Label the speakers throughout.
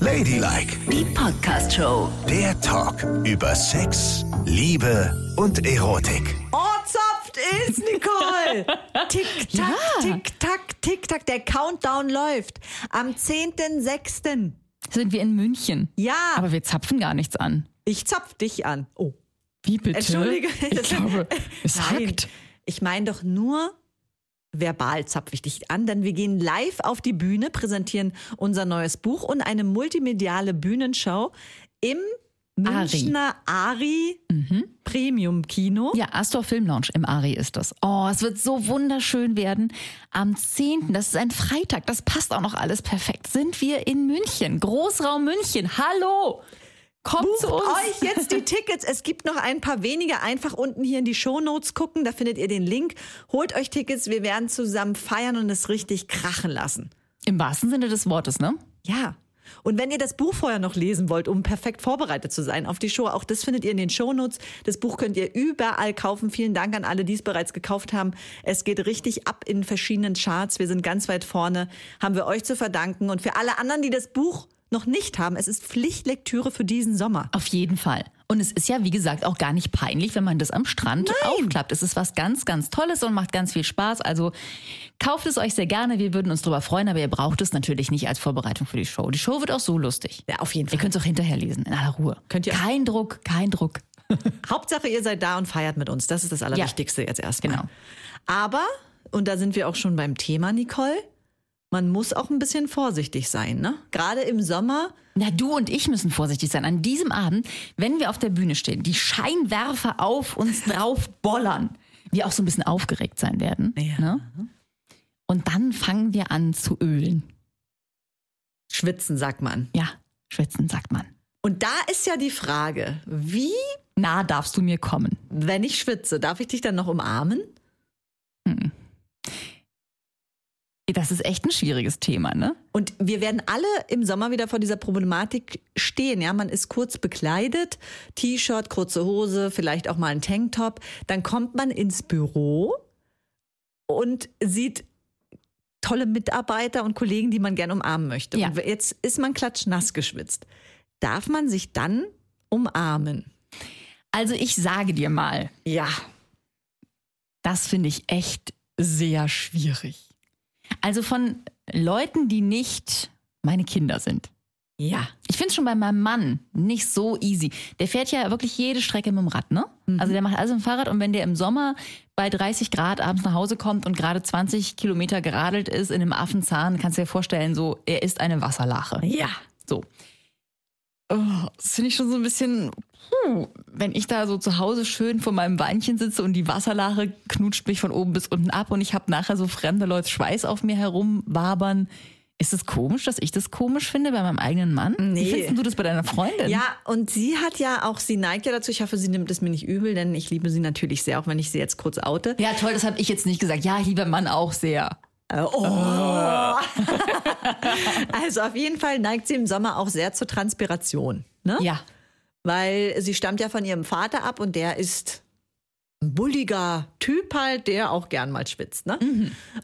Speaker 1: Ladylike,
Speaker 2: Die Podcast-Show.
Speaker 1: der Talk über Sex, Liebe und Erotik.
Speaker 3: Ortzapft ist, Nicole. Tick, tack, tick, tack, tick, tack. Der Countdown läuft. Am 10.06.
Speaker 4: Sind wir in München?
Speaker 3: Ja,
Speaker 4: Aber wir zapfen gar nichts an.
Speaker 3: ich zapf dich an. Oh,
Speaker 4: Wie bitte?
Speaker 3: Entschuldige.
Speaker 4: Ich glaube, es
Speaker 3: Nein.
Speaker 4: hackt.
Speaker 3: Ich meine doch nur verbal zapf ich dich an, denn wir gehen live auf die Bühne, präsentieren unser neues Buch und eine multimediale Bühnenshow im Münchner Ari,
Speaker 4: Mhm.
Speaker 3: Premium Kino.
Speaker 4: Ja, Astor Film Lounge im Ari ist das. Oh, es wird so wunderschön werden. Am 10., das ist ein Freitag, das passt auch noch alles perfekt. Sind wir in München, Großraum München. Hallo! Kommt
Speaker 3: Bucht
Speaker 4: zu uns.
Speaker 3: euch jetzt die Tickets. Es gibt noch ein paar wenige. Einfach unten hier in die Shownotes gucken. Da findet ihr den Link. Holt euch Tickets. Wir werden zusammen feiern und es richtig krachen lassen.
Speaker 4: Im wahrsten Sinne des Wortes, ne?
Speaker 3: Ja. Und wenn ihr das Buch vorher noch lesen wollt, um perfekt vorbereitet zu sein auf die Show, auch das findet ihr in den Shownotes. Das Buch könnt ihr überall kaufen. Vielen Dank an alle, die es bereits gekauft haben. Es geht richtig ab in verschiedenen Charts. Wir sind ganz weit vorne, haben wir euch zu verdanken. Und für alle anderen, die das Buch noch nicht haben, es ist Pflichtlektüre für diesen Sommer.
Speaker 4: Auf jeden Fall. Und es ist ja, wie gesagt, auch gar nicht peinlich, wenn man das am Strand aufklappt. Es ist was ganz, ganz Tolles und macht ganz viel Spaß. Also kauft es euch sehr gerne. Wir würden uns darüber freuen, aber ihr braucht es natürlich nicht als Vorbereitung für die Show. Die Show wird auch so lustig.
Speaker 3: Ja, auf jeden
Speaker 4: Ihr könnt es auch hinterher lesen, in aller Ruhe.
Speaker 3: Könnt ihr-
Speaker 4: Kein Druck, kein Druck.
Speaker 3: Hauptsache, ihr seid da und feiert mit uns. Das ist das Allerwichtigste jetzt erstmal.
Speaker 4: Genau.
Speaker 3: Aber, und da sind wir auch schon beim Thema, Nicole, man muss auch ein bisschen vorsichtig sein, ne? Gerade im Sommer
Speaker 4: Na, du und ich müssen vorsichtig sein. An diesem Abend, wenn wir auf der Bühne stehen, die Scheinwerfer auf uns drauf bollern. Wir auch so ein bisschen aufgeregt sein werden.
Speaker 3: Ja.
Speaker 4: Ne? Und dann fangen wir an zu ölen.
Speaker 3: schwitzen, sagt man.
Speaker 4: Ja, schwitzen, sagt man.
Speaker 3: Und da ist ja die Frage, wie,
Speaker 4: Na, darfst du mir kommen?
Speaker 3: wenn ich schwitze, darf ich dich dann noch umarmen?
Speaker 4: Das ist echt ein schwieriges Thema, ne?
Speaker 3: Und wir werden alle im Sommer wieder vor dieser Problematik stehen. Ja, man ist kurz bekleidet, T-Shirt, kurze Hose, vielleicht auch mal ein Tanktop. Dann kommt man ins Büro und sieht tolle Mitarbeiter und Kollegen, die man gern umarmen möchte.
Speaker 4: Ja.
Speaker 3: Und jetzt ist man klatschnass geschwitzt. Darf man sich dann umarmen?
Speaker 4: Also ich sage dir mal,
Speaker 3: Ja.
Speaker 4: das finde ich echt sehr schwierig. Also von Leuten, die nicht meine Kinder sind.
Speaker 3: Ja.
Speaker 4: Ich finde es schon bei meinem Mann nicht so easy. Der fährt ja wirklich jede Strecke mit dem Rad, ne?
Speaker 3: Mhm.
Speaker 4: Also der macht alles im Fahrrad und wenn der im Sommer bei 30 Grad abends nach Hause kommt und gerade 20 Kilometer geradelt ist in einem Affenzahn, kannst du dir vorstellen, so, er ist eine Wasserlache.
Speaker 3: Ja.
Speaker 4: So. Oh, das finde ich schon so ein bisschen, puh, wenn ich da so zu Hause schön vor meinem Weinchen sitze und die Wasserlache knutscht mich von oben bis unten ab und ich habe nachher so fremde Leute Schweiß auf mir herumwabern. Ist es komisch, dass ich das komisch finde bei meinem eigenen Mann?
Speaker 3: Nee.
Speaker 4: Wie findest denn du das bei deiner Freundin?
Speaker 3: Ja, und sie hat ja auch, sie neigt ja dazu, ich hoffe, sie nimmt es mir nicht übel, denn ich liebe sie natürlich sehr, auch wenn ich sie jetzt kurz oute.
Speaker 4: Ja, toll, das habe ich jetzt nicht gesagt. Ja, lieber Mann auch sehr.
Speaker 3: Also auf jeden Fall neigt sie im Sommer auch sehr zur Transpiration, ne?
Speaker 4: Ja.
Speaker 3: Weil sie stammt ja von ihrem Vater ab und der ist ein bulliger Typ halt, der auch gern mal schwitzt, ne?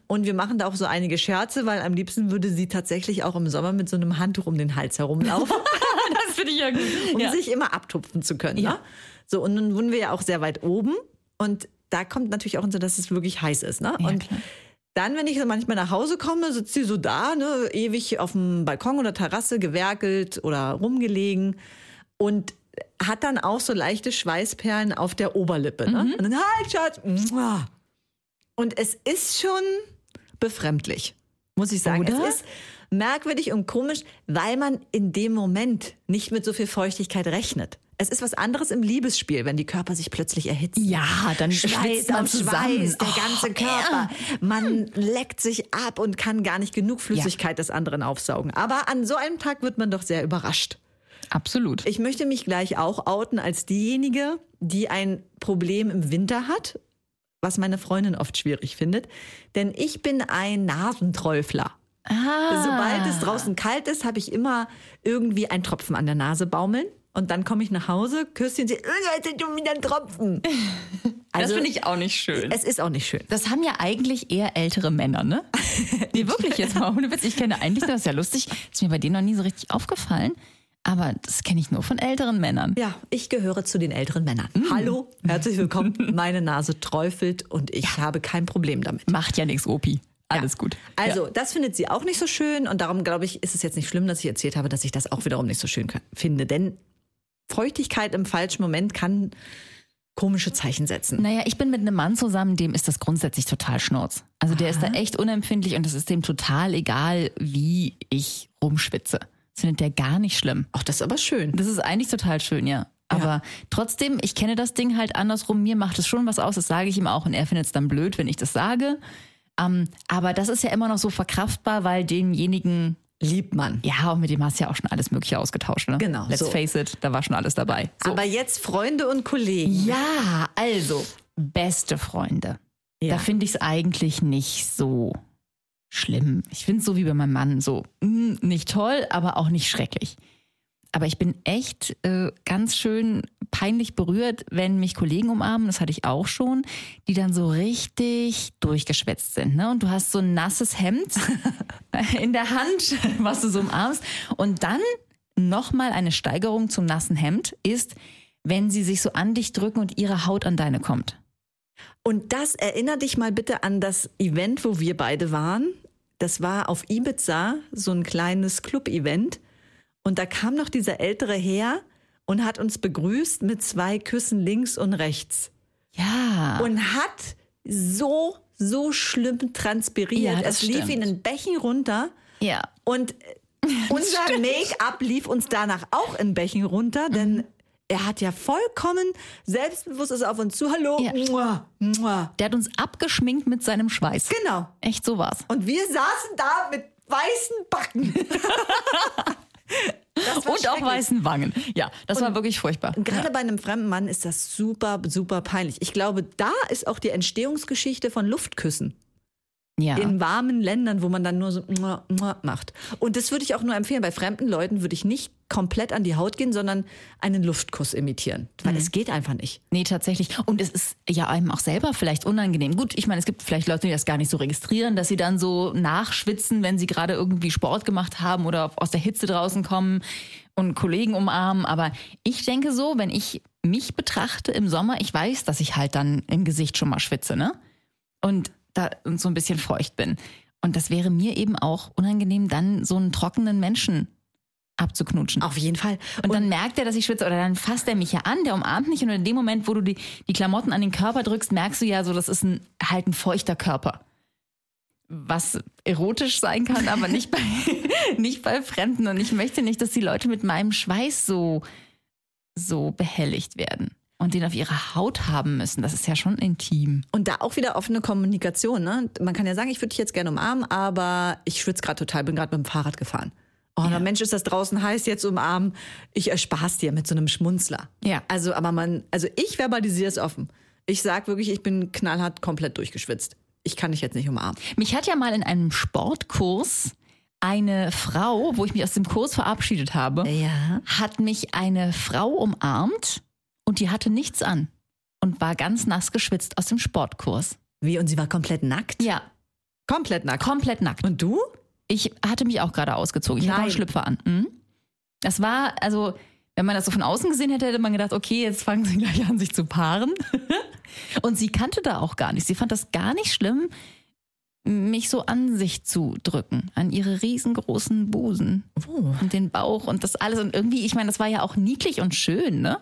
Speaker 3: Und wir machen da auch so einige Scherze, weil am liebsten würde sie tatsächlich auch im Sommer mit so einem Handtuch um den Hals herumlaufen.
Speaker 4: Das finde ich ja gut.
Speaker 3: um
Speaker 4: Ja.
Speaker 3: sich immer abtupfen zu können. Ne?
Speaker 4: Ja.
Speaker 3: So, und nun wohnen wir ja auch sehr weit oben. Und da kommt natürlich auch hinzu, dass es wirklich heiß ist. Ne?
Speaker 4: Ja,
Speaker 3: und
Speaker 4: klar.
Speaker 3: dann, wenn ich so manchmal nach Hause komme, sitzt sie so da, ne, ewig auf dem Balkon oder Terrasse gewerkelt oder rumgelegen und hat dann auch so leichte Schweißperlen auf der Oberlippe. Ne?
Speaker 4: Mhm.
Speaker 3: Und dann, halt, Schatz. Mua. Und es ist schon befremdlich, muss ich sagen.
Speaker 4: Oder?
Speaker 3: Es ist merkwürdig und komisch, weil man in dem Moment nicht mit so viel Feuchtigkeit rechnet. Es ist was anderes im Liebesspiel, wenn die Körper sich plötzlich erhitzen.
Speaker 4: ja, dann
Speaker 3: Schweiß
Speaker 4: schwitzt man
Speaker 3: auf
Speaker 4: zusammen.
Speaker 3: Schweiß, der
Speaker 4: Oh,
Speaker 3: ganze Körper. Man leckt sich ab und kann gar nicht genug Flüssigkeit des anderen aufsaugen. Aber an so einem Tag wird man doch sehr überrascht.
Speaker 4: Oh, Absolut.
Speaker 3: Ich möchte mich gleich auch outen als diejenige, die ein Problem im Winter hat, was meine Freundin oft schwierig findet. Denn ich bin ein Nasenträufler.
Speaker 4: Ah.
Speaker 3: Sobald es draußen kalt ist, habe ich immer irgendwie einen Tropfen an der "Äh, Nase baumeln. Und dann komme ich nach Hause, küsse sie und sie, "Oh, jetzt sind schon wieder ein Tropfen.
Speaker 4: das
Speaker 3: Also-
Speaker 4: finde ich auch nicht schön.
Speaker 3: Es ist auch nicht schön.
Speaker 4: Das haben ja eigentlich eher ältere Männer, ne? Nee, wirklich jetzt mal ohne Witz. Ich kenne eigentlich, das ist ja lustig, ist mir bei denen noch nie so richtig aufgefallen. Aber das kenne ich nur von älteren Männern.
Speaker 3: Ja, ich gehöre zu den älteren Männern.
Speaker 4: Mhm.
Speaker 3: Hallo, herzlich willkommen. Meine Nase träufelt und ich habe kein Problem damit.
Speaker 4: Macht ja nichts, Opi. Alles gut.
Speaker 3: Also, das findet sie auch nicht so schön und darum glaube ich, ist es jetzt nicht schlimm, dass ich erzählt habe, dass ich das auch wiederum nicht so schön kann- finde, denn Feuchtigkeit im falschen Moment kann komische Zeichen setzen.
Speaker 4: Naja, ich bin mit einem Mann zusammen, dem ist das grundsätzlich total schnurz. Also der ist da echt unempfindlich und es ist dem total egal, wie ich rumschwitze. Das findet der gar nicht schlimm.
Speaker 3: Ach, das ist aber schön.
Speaker 4: Das ist eigentlich total schön, ja. Aber trotzdem, ich kenne das Ding halt andersrum. Mir macht es schon was aus, das sage ich ihm auch. Und er findet es dann blöd, wenn ich das sage. Ähm, aber das ist ja immer noch so verkraftbar, weil denjenigen,
Speaker 3: Liebt man.
Speaker 4: ja, und mit dem hast du ja auch schon alles Mögliche ausgetauscht. Ne?
Speaker 3: Genau,
Speaker 4: Let's
Speaker 3: so.
Speaker 4: face it, da war schon alles dabei. So.
Speaker 3: Aber jetzt Freunde und Kollegen.
Speaker 4: Ja, also, beste Freunde.
Speaker 3: Ja.
Speaker 4: Da finde ich es eigentlich nicht so schlimm. Ich finde es so wie bei meinem Mann, so mm, nicht toll, aber auch nicht schrecklich. Aber ich bin echt äh, ganz schön peinlich berührt, wenn mich Kollegen umarmen, das hatte ich auch schon, die dann so richtig durchgeschwätzt sind. Ne? Und du hast so ein nasses Hemd in der Hand, was du so umarmst. Und dann nochmal eine Steigerung zum nassen Hemd ist, wenn sie sich so an dich drücken und ihre Haut an deine kommt.
Speaker 3: Und das erinnert dich mal bitte an das Event, wo wir beide waren. Das war auf Ibiza, so ein kleines Club-Event. Und da kam noch dieser Ältere her und hat uns begrüßt mit zwei Küssen links und rechts.
Speaker 4: Ja.
Speaker 3: und hat so, so schlimm transpiriert.
Speaker 4: Ja,
Speaker 3: es
Speaker 4: das
Speaker 3: lief
Speaker 4: stimmt.
Speaker 3: ihn ein Bächen runter
Speaker 4: ja.
Speaker 3: und unser Make-up lief uns danach auch in Bächen runter,
Speaker 4: Mhm.
Speaker 3: denn er hat ja vollkommen selbstbewusst ist er auf uns zu. Hallo,
Speaker 4: Ja.
Speaker 3: mua, mua.
Speaker 4: Der hat uns abgeschminkt mit seinem Schweiß.
Speaker 3: genau.
Speaker 4: Echt so war's.
Speaker 3: Und wir saßen da mit weißen Backen. Das war
Speaker 4: Und auch
Speaker 3: schrecklich.
Speaker 4: weißen Wangen. Ja, das war wirklich furchtbar.
Speaker 3: Und Gerade bei einem fremden Mann ist das super, super peinlich. Ich glaube, da ist auch die Entstehungsgeschichte von Luftküssen.
Speaker 4: Ja.
Speaker 3: in warmen Ländern, wo man dann nur so mua, mua macht. Und das würde ich auch nur empfehlen. Bei fremden Leuten würde ich nicht komplett an die Haut gehen, sondern einen Luftkuss imitieren. Weil es geht einfach nicht.
Speaker 4: Nee, tatsächlich. Und es ist ja einem auch selber vielleicht unangenehm. Gut, ich meine, es gibt vielleicht Leute, die das gar nicht so registrieren, dass sie dann so nachschwitzen, wenn sie gerade irgendwie Sport gemacht haben oder aus der Hitze draußen kommen und Kollegen umarmen. Aber ich denke so, wenn ich mich betrachte im Sommer, ich weiß, dass ich halt dann im Gesicht schon mal schwitze, ne? Und da und so ein bisschen feucht bin. Und das wäre mir eben auch unangenehm, dann so einen trockenen Menschen abzuknutschen.
Speaker 3: Auf jeden Fall.
Speaker 4: Und dann merkt er, dass ich schwitze oder dann fasst er mich ja an, der umarmt mich und in dem Moment, wo du die, die Klamotten an den Körper drückst, merkst du ja so, das ist ein, halt ein feuchter Körper. Was erotisch sein kann, aber nicht bei, nicht bei Fremden. Und ich möchte nicht, dass die Leute mit meinem Schweiß so, so behelligt werden und den auf ihre Haut haben müssen. Das ist ja schon intim.
Speaker 3: Und da auch wieder offene Kommunikation. Ne? Man kann ja sagen, ich würde dich jetzt gerne umarmen, aber ich schwitze gerade total, bin gerade mit dem Fahrrad gefahren. Oh, na Mensch, ist das draußen heiß, jetzt umarmen. Ich erspar's dir mit so einem Schmunzler.
Speaker 4: Ja.
Speaker 3: Also, aber man, also ich verbalisiere es offen. Ich sag wirklich, ich bin knallhart komplett durchgeschwitzt. Ich kann dich jetzt nicht umarmen.
Speaker 4: Mich hat ja mal in einem Sportkurs eine Frau, wo ich mich aus dem Kurs verabschiedet habe,
Speaker 3: Ja.
Speaker 4: hat mich eine Frau umarmt und die hatte nichts an und war ganz nass geschwitzt aus dem Sportkurs.
Speaker 3: Wie? Und sie war komplett nackt?
Speaker 4: Ja,
Speaker 3: Komplett nackt.
Speaker 4: komplett nackt.
Speaker 3: Und du?
Speaker 4: Ich hatte mich auch gerade ausgezogen. Ich hatte auch
Speaker 3: Nein.
Speaker 4: einen Schlüpfer an. Mhm. Das war, also, wenn man das so von außen gesehen hätte, hätte man gedacht, okay, jetzt fangen sie gleich an, sich zu paaren. und sie kannte da auch gar nicht. Sie fand das gar nicht schlimm, mich so an sich zu drücken, an ihre riesengroßen Busen und den Bauch und das alles. Und irgendwie, ich meine, das war ja auch niedlich und schön, ne?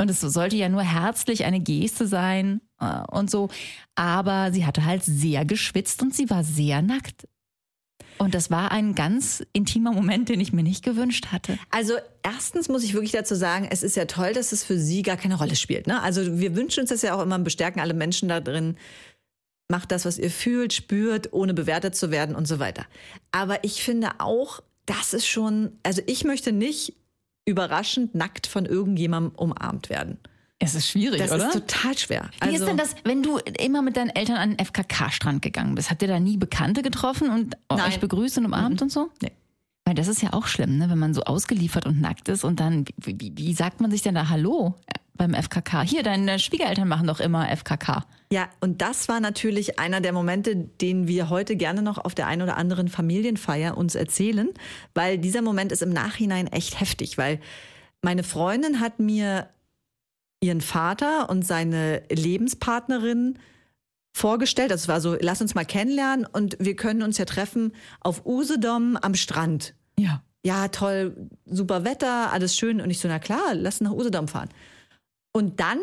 Speaker 4: Und es sollte ja nur herzlich eine Geste sein äh, und so. Aber sie hatte halt sehr geschwitzt und sie war sehr nackt. Und das war ein ganz intimer Moment, den ich mir nicht gewünscht hatte.
Speaker 3: Also erstens muss ich wirklich dazu sagen, es ist ja toll, dass es für sie gar keine Rolle spielt. Ne? Also wir wünschen uns das ja auch immer und bestärken alle Menschen da drin. Macht das, was ihr fühlt, spürt, ohne bewertet zu werden und so weiter. Aber ich finde auch, das ist schon, also ich möchte nicht überraschend nackt von irgendjemandem umarmt werden.
Speaker 4: Es ist schwierig,
Speaker 3: Das
Speaker 4: oder?
Speaker 3: ist total schwer.
Speaker 4: Wie ist denn das, wenn du immer mit deinen Eltern an den FKK-Strand gegangen bist? Habt ihr da nie Bekannte getroffen und
Speaker 3: Nein.
Speaker 4: euch begrüßt und umarmt und so?
Speaker 3: Nee.
Speaker 4: Weil das ist ja auch schlimm, ne? wenn man so ausgeliefert und nackt ist und dann, wie, wie, wie sagt man sich denn da Hallo? beim FKK. Hier, deine Schwiegereltern machen doch immer FKK.
Speaker 3: Ja, und das war natürlich einer der Momente, den wir heute gerne noch auf der einen oder anderen Familienfeier uns erzählen, weil dieser Moment ist im Nachhinein echt heftig, weil meine Freundin hat mir ihren Vater und seine Lebenspartnerin vorgestellt. Das war so, lass uns mal kennenlernen und wir können uns ja treffen auf Usedom am Strand.
Speaker 4: Ja.
Speaker 3: Ja, toll, super Wetter, alles schön. Und ich so, na klar, lass nach Usedom fahren. Und dann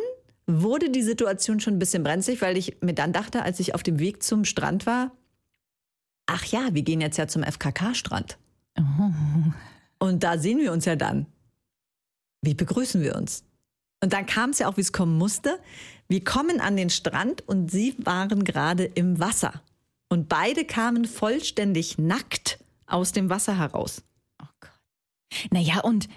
Speaker 3: wurde die Situation schon ein bisschen brenzlig, weil ich mir dann dachte, als ich auf dem Weg zum Strand war, ach ja, wir gehen jetzt ja zum FKK-Strand.
Speaker 4: Oh.
Speaker 3: Und da sehen wir uns ja dann. Wie begrüßen wir uns? Und dann kam es ja auch, wie es kommen musste. Wir kommen an den Strand und sie waren gerade im Wasser. Und beide kamen vollständig nackt aus dem Wasser heraus.
Speaker 4: Oh Gott. Naja, und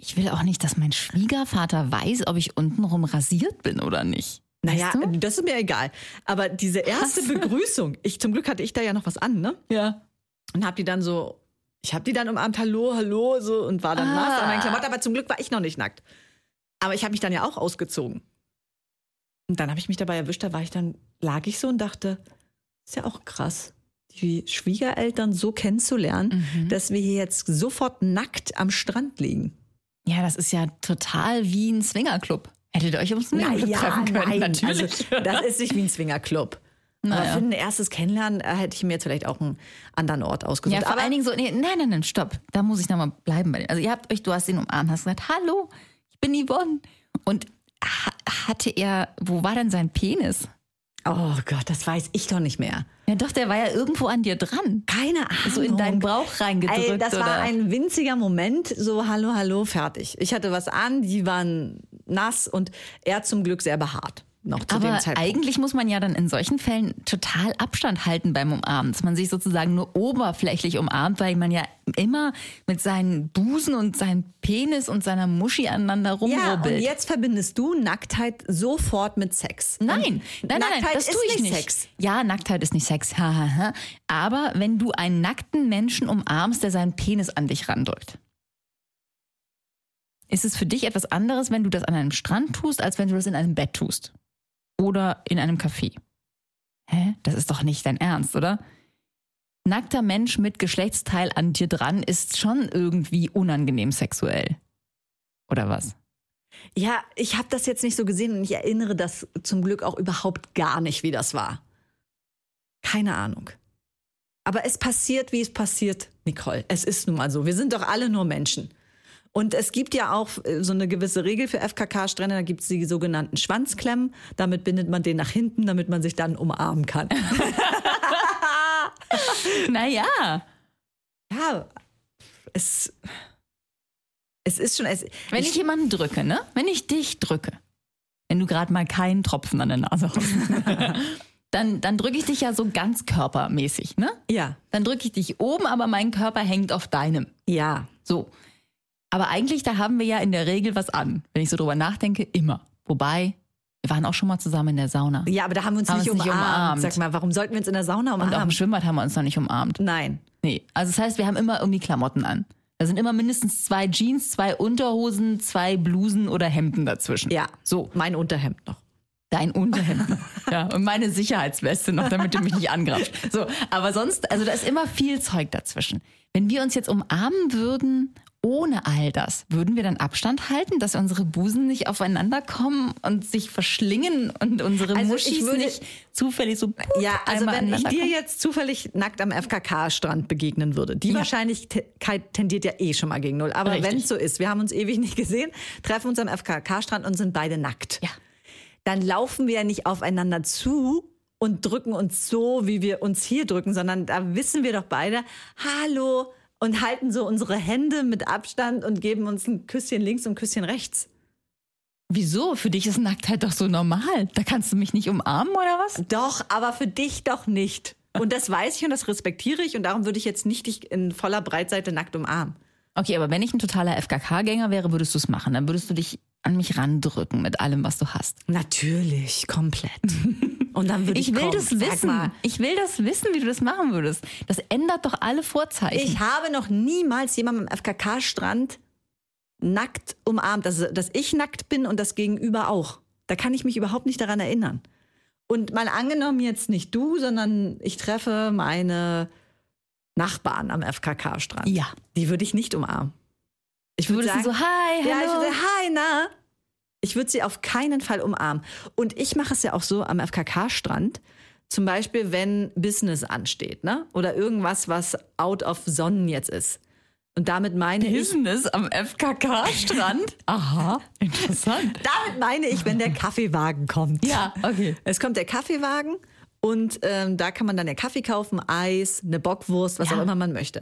Speaker 4: ich will auch nicht, dass mein Schwiegervater weiß, ob ich untenrum rasiert bin oder nicht.
Speaker 3: Naja,
Speaker 4: Weißt du?
Speaker 3: das ist mir egal. Aber diese erste Begrüßung, ich zum Glück hatte ich da ja noch was an, ne?
Speaker 4: Ja.
Speaker 3: Und hab die dann so, ich hab die dann umarmt, hallo, hallo, so und war dann
Speaker 4: Ah.
Speaker 3: nass an meinen Klamotten. Aber zum Glück war ich noch nicht nackt. Aber ich habe mich dann ja auch ausgezogen. Und dann habe ich mich dabei erwischt, da war ich dann, lag ich so und dachte, ist ja auch krass, die Schwiegereltern so kennenzulernen,
Speaker 4: Mhm.
Speaker 3: dass wir hier jetzt sofort nackt am Strand liegen.
Speaker 4: Ja, das ist ja total wie ein Swingerclub. Hättet ihr euch ums Swingerclub treffen können, natürlich.
Speaker 3: Also, das ist nicht wie ein Swingerclub.
Speaker 4: Naja.
Speaker 3: Aber für ein erstes Kennenlernen äh, hätte ich mir jetzt vielleicht auch einen anderen Ort ausgesucht.
Speaker 4: ja, vor
Speaker 3: Aber
Speaker 4: allen Dingen so, nee, nein, nein, nein, stopp. Da muss ich nochmal bleiben bei dem. Also ihr habt euch, du hast ihn umarmt, hast gesagt, hallo, ich bin Yvonne. Und ha hatte er, wo war denn sein Penis?
Speaker 3: Oh Gott, das weiß ich doch nicht mehr.
Speaker 4: Ja doch, der war ja irgendwo an dir dran.
Speaker 3: Keine Ahnung.
Speaker 4: So in deinen Bauch reingedrückt.
Speaker 3: Ey, das
Speaker 4: oder?
Speaker 3: war ein winziger Moment, so hallo, hallo, fertig. Ich hatte was an, die waren nass und er zum Glück sehr behaart. Noch zu
Speaker 4: Aber
Speaker 3: dem Zeitpunkt.
Speaker 4: eigentlich muss man ja dann in solchen Fällen total Abstand halten beim Umarmen, dass man sich sozusagen nur oberflächlich umarmt, weil man ja immer mit seinen Busen und seinem Penis und seiner Muschi aneinander
Speaker 3: Ja, und
Speaker 4: rumrubbelt.
Speaker 3: jetzt verbindest du Nacktheit sofort mit Sex.
Speaker 4: Nein, nein, nein, nein,
Speaker 3: Nacktheit
Speaker 4: das
Speaker 3: ist
Speaker 4: tue ich
Speaker 3: nicht
Speaker 4: nicht.
Speaker 3: Sex.
Speaker 4: Ja, Nacktheit ist nicht Sex. ha, ha, ha. Aber wenn du einen nackten Menschen umarmst, der seinen Penis an dich randrückt, ist es für dich etwas anderes, wenn du das an einem Strand tust, als wenn du das in einem Bett tust oder in einem Café. Hä? Das ist doch nicht dein Ernst, oder? Nackter Mensch mit Geschlechtsteil an dir dran ist schon irgendwie unangenehm sexuell. Oder was?
Speaker 3: Ja, ich habe das jetzt nicht so gesehen und ich erinnere das zum Glück auch überhaupt gar nicht, wie das war. Keine Ahnung. Aber es passiert, wie es passiert, Nicole. Es ist nun mal so. Wir sind doch alle nur Menschen. Und es gibt ja auch äh, so eine gewisse Regel für FKK-Strände. Da gibt es die sogenannten Schwanzklemmen. Damit bindet man den nach hinten, damit man sich dann umarmen kann.
Speaker 4: Naja.
Speaker 3: ja, es, es ist schon... Es,
Speaker 4: Wenn ich, jemanden drücke, ne? Wenn ich dich drücke, wenn du gerade mal keinen Tropfen an der Nase hast, dann, dann drücke ich dich ja so ganz körpermäßig, ne?
Speaker 3: Ja,
Speaker 4: Dann drücke ich dich oben, aber mein Körper hängt auf deinem.
Speaker 3: ja.
Speaker 4: So. Aber eigentlich, da haben wir ja in der Regel was an, wenn ich so drüber nachdenke, immer. Wobei, wir waren auch schon mal zusammen in der Sauna.
Speaker 3: Ja, aber da haben wir uns
Speaker 4: Haben
Speaker 3: nicht
Speaker 4: uns nicht
Speaker 3: umarmt.
Speaker 4: umarmt.
Speaker 3: Sag mal, warum sollten wir uns in der Sauna
Speaker 4: Und auch im
Speaker 3: umarmen?
Speaker 4: Schwimmbad haben wir uns noch nicht umarmt.
Speaker 3: Nein.
Speaker 4: Nee. Also das heißt, wir haben immer irgendwie Klamotten an. Da sind immer mindestens zwei Jeans, zwei Unterhosen, zwei Blusen oder Hemden dazwischen.
Speaker 3: Ja.
Speaker 4: So.
Speaker 3: Mein Unterhemd noch.
Speaker 4: Dein Unterhemd. noch. ja, und meine Sicherheitsweste noch, damit du mich nicht angreifst. So, aber sonst, also da ist immer viel Zeug dazwischen. Wenn wir uns jetzt umarmen würden, ohne all das, würden wir dann Abstand halten, dass unsere Busen nicht aufeinander kommen und sich verschlingen und unsere
Speaker 3: Also ich
Speaker 4: Muschis
Speaker 3: würde-
Speaker 4: nicht zufällig so.
Speaker 3: Ja, also
Speaker 4: einmal
Speaker 3: wenn ich
Speaker 4: aneinander
Speaker 3: dir
Speaker 4: kommen?
Speaker 3: jetzt zufällig nackt am FKK-Strand begegnen würde, die Wahrscheinlichkeit tendiert ja eh schon mal gegen null. Aber
Speaker 4: Richtig.
Speaker 3: wenn es so ist, wir haben uns ewig nicht gesehen, treffen uns am FKK-Strand und sind beide nackt.
Speaker 4: Ja.
Speaker 3: Dann laufen wir ja nicht aufeinander zu und drücken uns so, wie wir uns hier drücken, sondern da wissen wir doch beide, hallo und halten so unsere Hände mit Abstand und geben uns ein Küsschen links und ein Küsschen rechts.
Speaker 4: Wieso? Für dich ist Nacktheit halt doch so normal. Da kannst du mich nicht umarmen oder was?
Speaker 3: Doch, aber für dich doch nicht. Und das weiß ich und das respektiere ich und darum würde ich jetzt nicht dich in voller Breitseite nackt umarmen.
Speaker 4: Okay, aber wenn ich ein totaler FKK-Gänger wäre, würdest du es machen. Dann würdest du dich an mich randrücken mit allem, was du hast.
Speaker 3: Natürlich, komplett. Und dann würde ich
Speaker 4: Ich will
Speaker 3: kommen.
Speaker 4: das
Speaker 3: Sag
Speaker 4: wissen.
Speaker 3: mal,
Speaker 4: Ich will das wissen, wie du das machen würdest. Das ändert doch alle Vorzeichen.
Speaker 3: ich habe noch niemals jemandem am FKK-Strand nackt umarmt, dass, dass ich nackt bin und das Gegenüber auch. Da kann ich mich überhaupt nicht daran erinnern. Und mal angenommen, jetzt nicht du, sondern ich treffe meine Nachbarn am FKK-Strand.
Speaker 4: Ja.
Speaker 3: Die würde ich nicht umarmen.
Speaker 4: Ich würde
Speaker 3: sagen-
Speaker 4: so, hi,
Speaker 3: Ja, ich
Speaker 4: hallo.
Speaker 3: würde sagen, hi, na. Ich würde sie auf keinen Fall umarmen. Und ich mache es ja auch so am FKK-Strand. Zum Beispiel, wenn Business ansteht, ne? Oder irgendwas, was out of Sonnen jetzt ist. Und damit meine
Speaker 4: Mhm.
Speaker 3: ich,
Speaker 4: Business am FKK-Strand. Aha, interessant.
Speaker 3: damit meine ich, wenn der Kaffeewagen kommt.
Speaker 4: Ja, okay.
Speaker 3: Es kommt der Kaffeewagen und ähm, da kann man dann ja Kaffee kaufen, Eis, eine Bockwurst, was
Speaker 4: Ja.
Speaker 3: auch immer man möchte.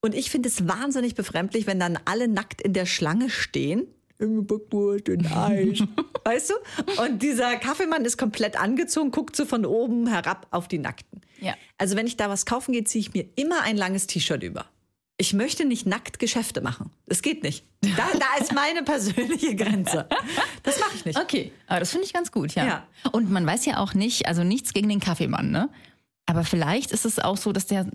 Speaker 3: Und ich finde es wahnsinnig befremdlich, wenn dann alle nackt in der Schlange stehen. Eine Bockwurst und Eis. weißt du? Und dieser Kaffeemann ist komplett angezogen, guckt so von oben herab auf die Nackten.
Speaker 4: Ja.
Speaker 3: Also wenn ich da was kaufen gehe, ziehe ich mir immer ein langes T-Shirt über. Ich möchte nicht nackt Geschäfte machen. Das geht nicht. Da, da ist meine persönliche Grenze. Das mache ich nicht.
Speaker 4: Okay, aber das finde ich ganz gut, ja.
Speaker 3: Ja.
Speaker 4: Und man weiß ja auch nicht, also nichts gegen den Kaffeemann, ne? Aber vielleicht ist es auch so, dass der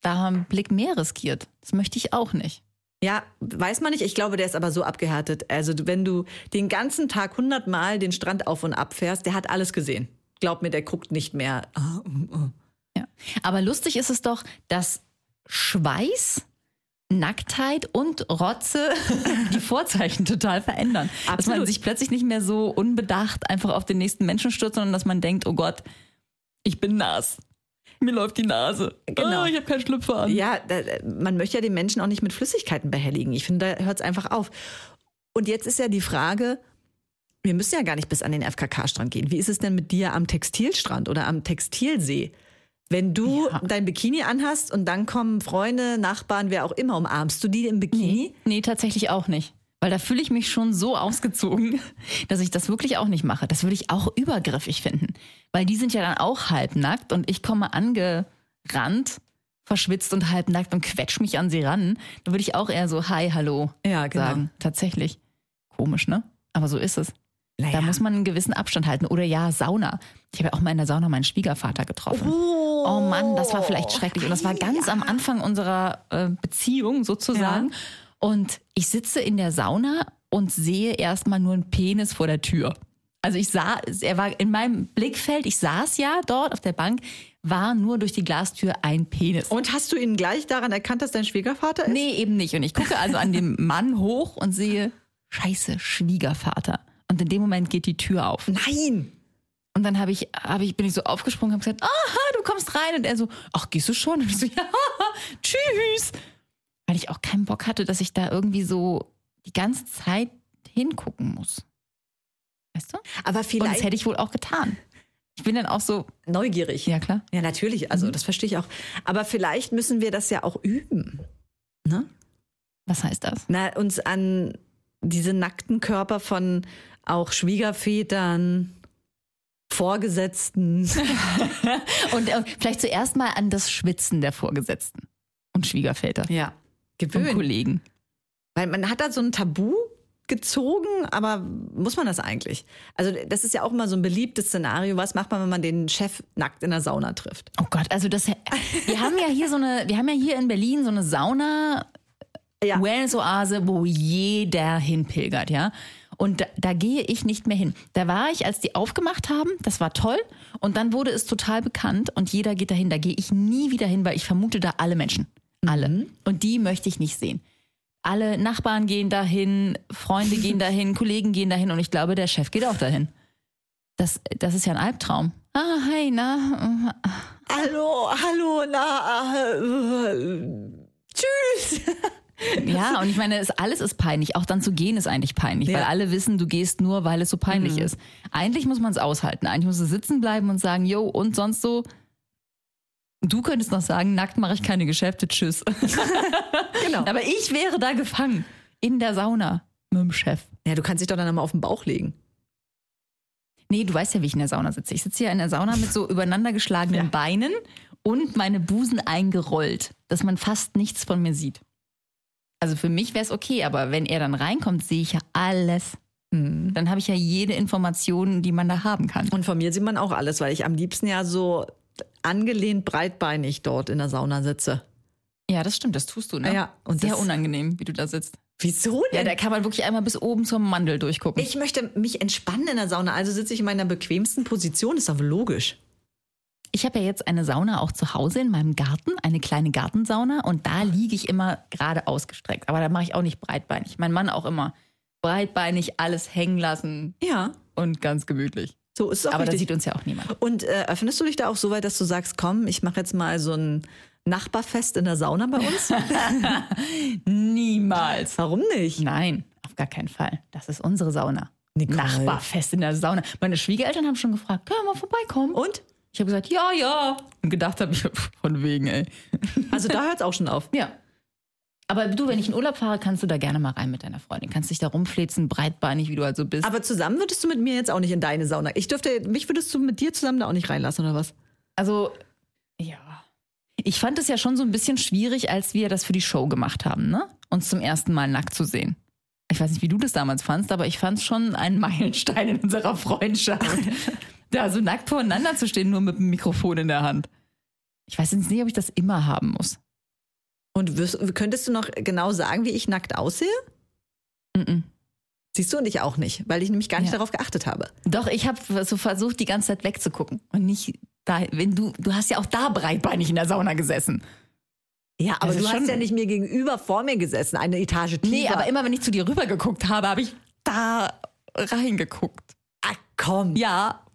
Speaker 4: da einen Blick mehr riskiert. Das möchte ich auch nicht.
Speaker 3: Ja, weiß man nicht. Ich glaube, der ist aber so abgehärtet. Also du- wenn du den ganzen Tag hundertmal den Strand auf und ab fährst, der hat alles gesehen. Glaub mir, der guckt nicht mehr. Ah, mm, mm.
Speaker 4: Ja. Aber lustig ist es doch, dass Schweiß, Nacktheit und Rotze die Vorzeichen total verändern. Dass man
Speaker 3: Absolut.
Speaker 4: sich plötzlich nicht mehr so unbedacht einfach auf den nächsten Menschen stürzt, sondern dass man denkt, oh Gott, ich bin nass. Mir läuft die Nase.
Speaker 3: Genau.
Speaker 4: Ah, ich habe keinen Schlüpfer an.
Speaker 3: Ja, da, äh, man möchte ja den Menschen auch nicht mit Flüssigkeiten behelligen. Ich finde, da hört es einfach auf. Und jetzt ist ja die Frage, wir müssen ja gar nicht bis an den FKK-Strand gehen. Wie ist es denn mit dir am Textilstrand oder am Textilsee? Wenn du
Speaker 4: Ja.
Speaker 3: dein Bikini anhast und dann kommen Freunde, Nachbarn, wer auch immer, umarmst du die im Bikini?
Speaker 4: Nee, tatsächlich auch nicht. Weil da fühle ich mich schon so ausgezogen, dass ich das wirklich auch nicht mache. Das würde ich auch übergriffig finden. Weil die sind ja dann auch halbnackt und ich komme angerannt, verschwitzt und halbnackt und quetsch mich an sie ran. Da würde ich auch eher so Hi, Hallo
Speaker 3: Ja, genau.
Speaker 4: sagen. Tatsächlich. Komisch, ne? Aber so ist es.
Speaker 3: Ah,
Speaker 4: Da muss man einen gewissen Abstand halten. Oder ja, Sauna. Ich habe ja auch mal in der Sauna meinen Schwiegervater getroffen.
Speaker 3: Oh,
Speaker 4: Oh Mann, das war vielleicht schrecklich. Und das war ganz am Anfang unserer äh, Beziehung sozusagen. Und ich sitze in der Sauna und sehe erstmal nur einen Penis vor der Tür. Also ich sah, er war in meinem Blickfeld, ich saß ja dort auf der Bank, war nur durch die Glastür ein Penis.
Speaker 3: Und hast du ihn gleich daran erkannt, dass dein Schwiegervater ist?
Speaker 4: Nee, eben nicht. Und ich gucke also an dem Mann hoch und sehe, scheiße, Schwiegervater. Und in dem Moment geht die Tür auf.
Speaker 3: Nein.
Speaker 4: Und dann habe ich, habe ich, bin ich so aufgesprungen und habe gesagt, aha, du kommst rein. Und er so, ach, gehst du schon? Und ich so, ja, tschüss. Weil ich auch keinen Bock hatte, dass ich da irgendwie so die ganze Zeit hingucken muss. Weißt du?
Speaker 3: Aber
Speaker 4: Und das
Speaker 3: vielleicht
Speaker 4: hätte ich wohl auch getan. Ich bin dann auch so,
Speaker 3: neugierig.
Speaker 4: ja klar.
Speaker 3: Ja, natürlich. Also, das verstehe ich auch. Aber vielleicht müssen wir das ja auch üben. Ne?
Speaker 4: Was heißt das?
Speaker 3: Na, uns an diese nackten Körper von auch Schwiegervätern, Vorgesetzten.
Speaker 4: Und äh, vielleicht zuerst mal an das Schwitzen der Vorgesetzten und Schwiegerväter
Speaker 3: ja.
Speaker 4: und
Speaker 3: Gewöhnt.
Speaker 4: Kollegen.
Speaker 3: Weil man hat da so ein Tabu gezogen, aber muss man das eigentlich? Also, das ist ja auch immer so ein beliebtes Szenario. Was macht man, wenn man den Chef nackt in der Sauna trifft?
Speaker 4: Oh Gott, also das, wir haben ja hier so eine, wir haben ja hier in Berlin so eine Sauna,
Speaker 3: Ja.
Speaker 4: Wellness-Oase, wo jeder hinpilgert, ja. Und da, da gehe ich nicht mehr hin. Da war ich, als die aufgemacht haben, das war toll. Und dann wurde es total bekannt und jeder geht dahin. Da gehe ich nie wieder hin, weil ich vermute da alle Menschen. Alle. Und die möchte ich nicht sehen. Alle Nachbarn gehen dahin, Freunde gehen dahin, Kollegen gehen dahin und ich glaube, der Chef geht auch dahin. Das, das ist ja ein Albtraum. Ah, hi, na, äh,
Speaker 3: Hallo, hallo, na, äh, tschüss.
Speaker 4: Ja, und ich meine, es, alles ist peinlich. Auch dann zu gehen ist eigentlich peinlich,
Speaker 3: Ja.
Speaker 4: weil alle wissen, du gehst nur, weil es so peinlich ist. Eigentlich muss man es aushalten. Eigentlich muss es sitzen bleiben und sagen, yo, und sonst so. Du könntest noch sagen, nackt mache ich keine Geschäfte, tschüss.
Speaker 3: Genau.
Speaker 4: Aber ich wäre da gefangen. In der Sauna. Mit dem Chef.
Speaker 3: Ja, du kannst dich doch dann mal auf den Bauch legen.
Speaker 4: Nee, du weißt ja, wie ich in der Sauna sitze. Ich sitze ja in der Sauna mit so übereinander geschlagenen
Speaker 3: Ja.
Speaker 4: Beinen und meine Busen eingerollt, dass man fast nichts von mir sieht. Also für mich wäre es okay, aber wenn er dann reinkommt, sehe ich ja alles. Dann habe ich ja jede Information, die man da haben kann.
Speaker 3: Und von mir sieht man auch alles, weil ich am liebsten ja so angelehnt breitbeinig dort in der Sauna sitze.
Speaker 4: Ja, das stimmt, das tust du, ne?
Speaker 3: Ja, und
Speaker 4: Sehr
Speaker 3: das-
Speaker 4: unangenehm, wie du da sitzt.
Speaker 3: Wieso
Speaker 4: Ja,
Speaker 3: denn?
Speaker 4: da kann man wirklich einmal bis oben zur Mandel durchgucken.
Speaker 3: ich möchte mich entspannen in der Sauna, also sitze ich in meiner bequemsten Position, ist doch logisch.
Speaker 4: Ich habe ja jetzt eine Sauna auch zu Hause in meinem Garten, eine kleine Gartensauna und da liege ich immer gerade ausgestreckt. Aber da mache ich auch nicht breitbeinig. Mein Mann auch immer breitbeinig alles hängen lassen
Speaker 3: Ja,
Speaker 4: und ganz gemütlich.
Speaker 3: so ist es auch
Speaker 4: Aber da
Speaker 3: richtig.
Speaker 4: sieht uns ja auch niemand.
Speaker 3: Und äh, öffnest du dich da auch so weit, dass du sagst, komm, ich mache jetzt mal so ein Nachbarfest in der Sauna bei uns?
Speaker 4: Niemals.
Speaker 3: Warum nicht?
Speaker 4: Nein, auf gar keinen Fall. Das ist unsere Sauna.
Speaker 3: Nicole.
Speaker 4: Nachbarfest in der Sauna. Meine Schwiegereltern haben schon gefragt, können wir mal vorbeikommen?
Speaker 3: Und?
Speaker 4: Ich habe gesagt, ja, ja. Und gedacht habe ich, pff, von wegen, ey.
Speaker 3: Also da hört es auch schon auf.
Speaker 4: Ja. Aber du, wenn ich in Urlaub fahre, kannst du da gerne mal rein mit deiner Freundin. Kannst dich da rumflitzen, breitbeinig, wie du also bist.
Speaker 3: Aber zusammen würdest du mit mir jetzt auch nicht in deine Sauna. Ich dürfte, mich würdest du mit dir zusammen da auch nicht reinlassen, oder was?
Speaker 4: also, ja. Ich fand es ja schon so ein bisschen schwierig, als wir das für die Show gemacht haben, ne? Uns zum ersten Mal nackt zu sehen. Ich weiß nicht, wie du das damals fandst, aber ich fand es schon einen Meilenstein in unserer Freundschaft. da so nackt voreinander zu stehen, nur mit dem Mikrofon in der Hand. Ich weiß jetzt nicht, ob ich das immer haben muss.
Speaker 3: Und wirst, könntest du noch genau sagen, wie ich nackt aussehe?
Speaker 4: Mhm.
Speaker 3: Siehst du und ich auch nicht, weil ich nämlich gar nicht
Speaker 4: Ja.
Speaker 3: darauf geachtet habe.
Speaker 4: Doch, ich habe so versucht, die ganze Zeit wegzugucken und nicht da, wenn du, du hast ja auch da breitbeinig in der Sauna gesessen.
Speaker 3: Ja, aber
Speaker 4: Das ist
Speaker 3: du hast
Speaker 4: schon-
Speaker 3: ja nicht mir gegenüber vor mir gesessen, eine Etage tiefer.
Speaker 4: Nee, aber immer wenn ich zu dir rüber geguckt habe, habe ich da reingeguckt.
Speaker 3: Ah, komm.
Speaker 4: Ja,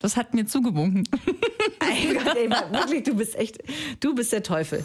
Speaker 4: das hat mir zugewunken.
Speaker 3: Ey, Gott, ey, wirklich, du bist echt, du bist der Teufel.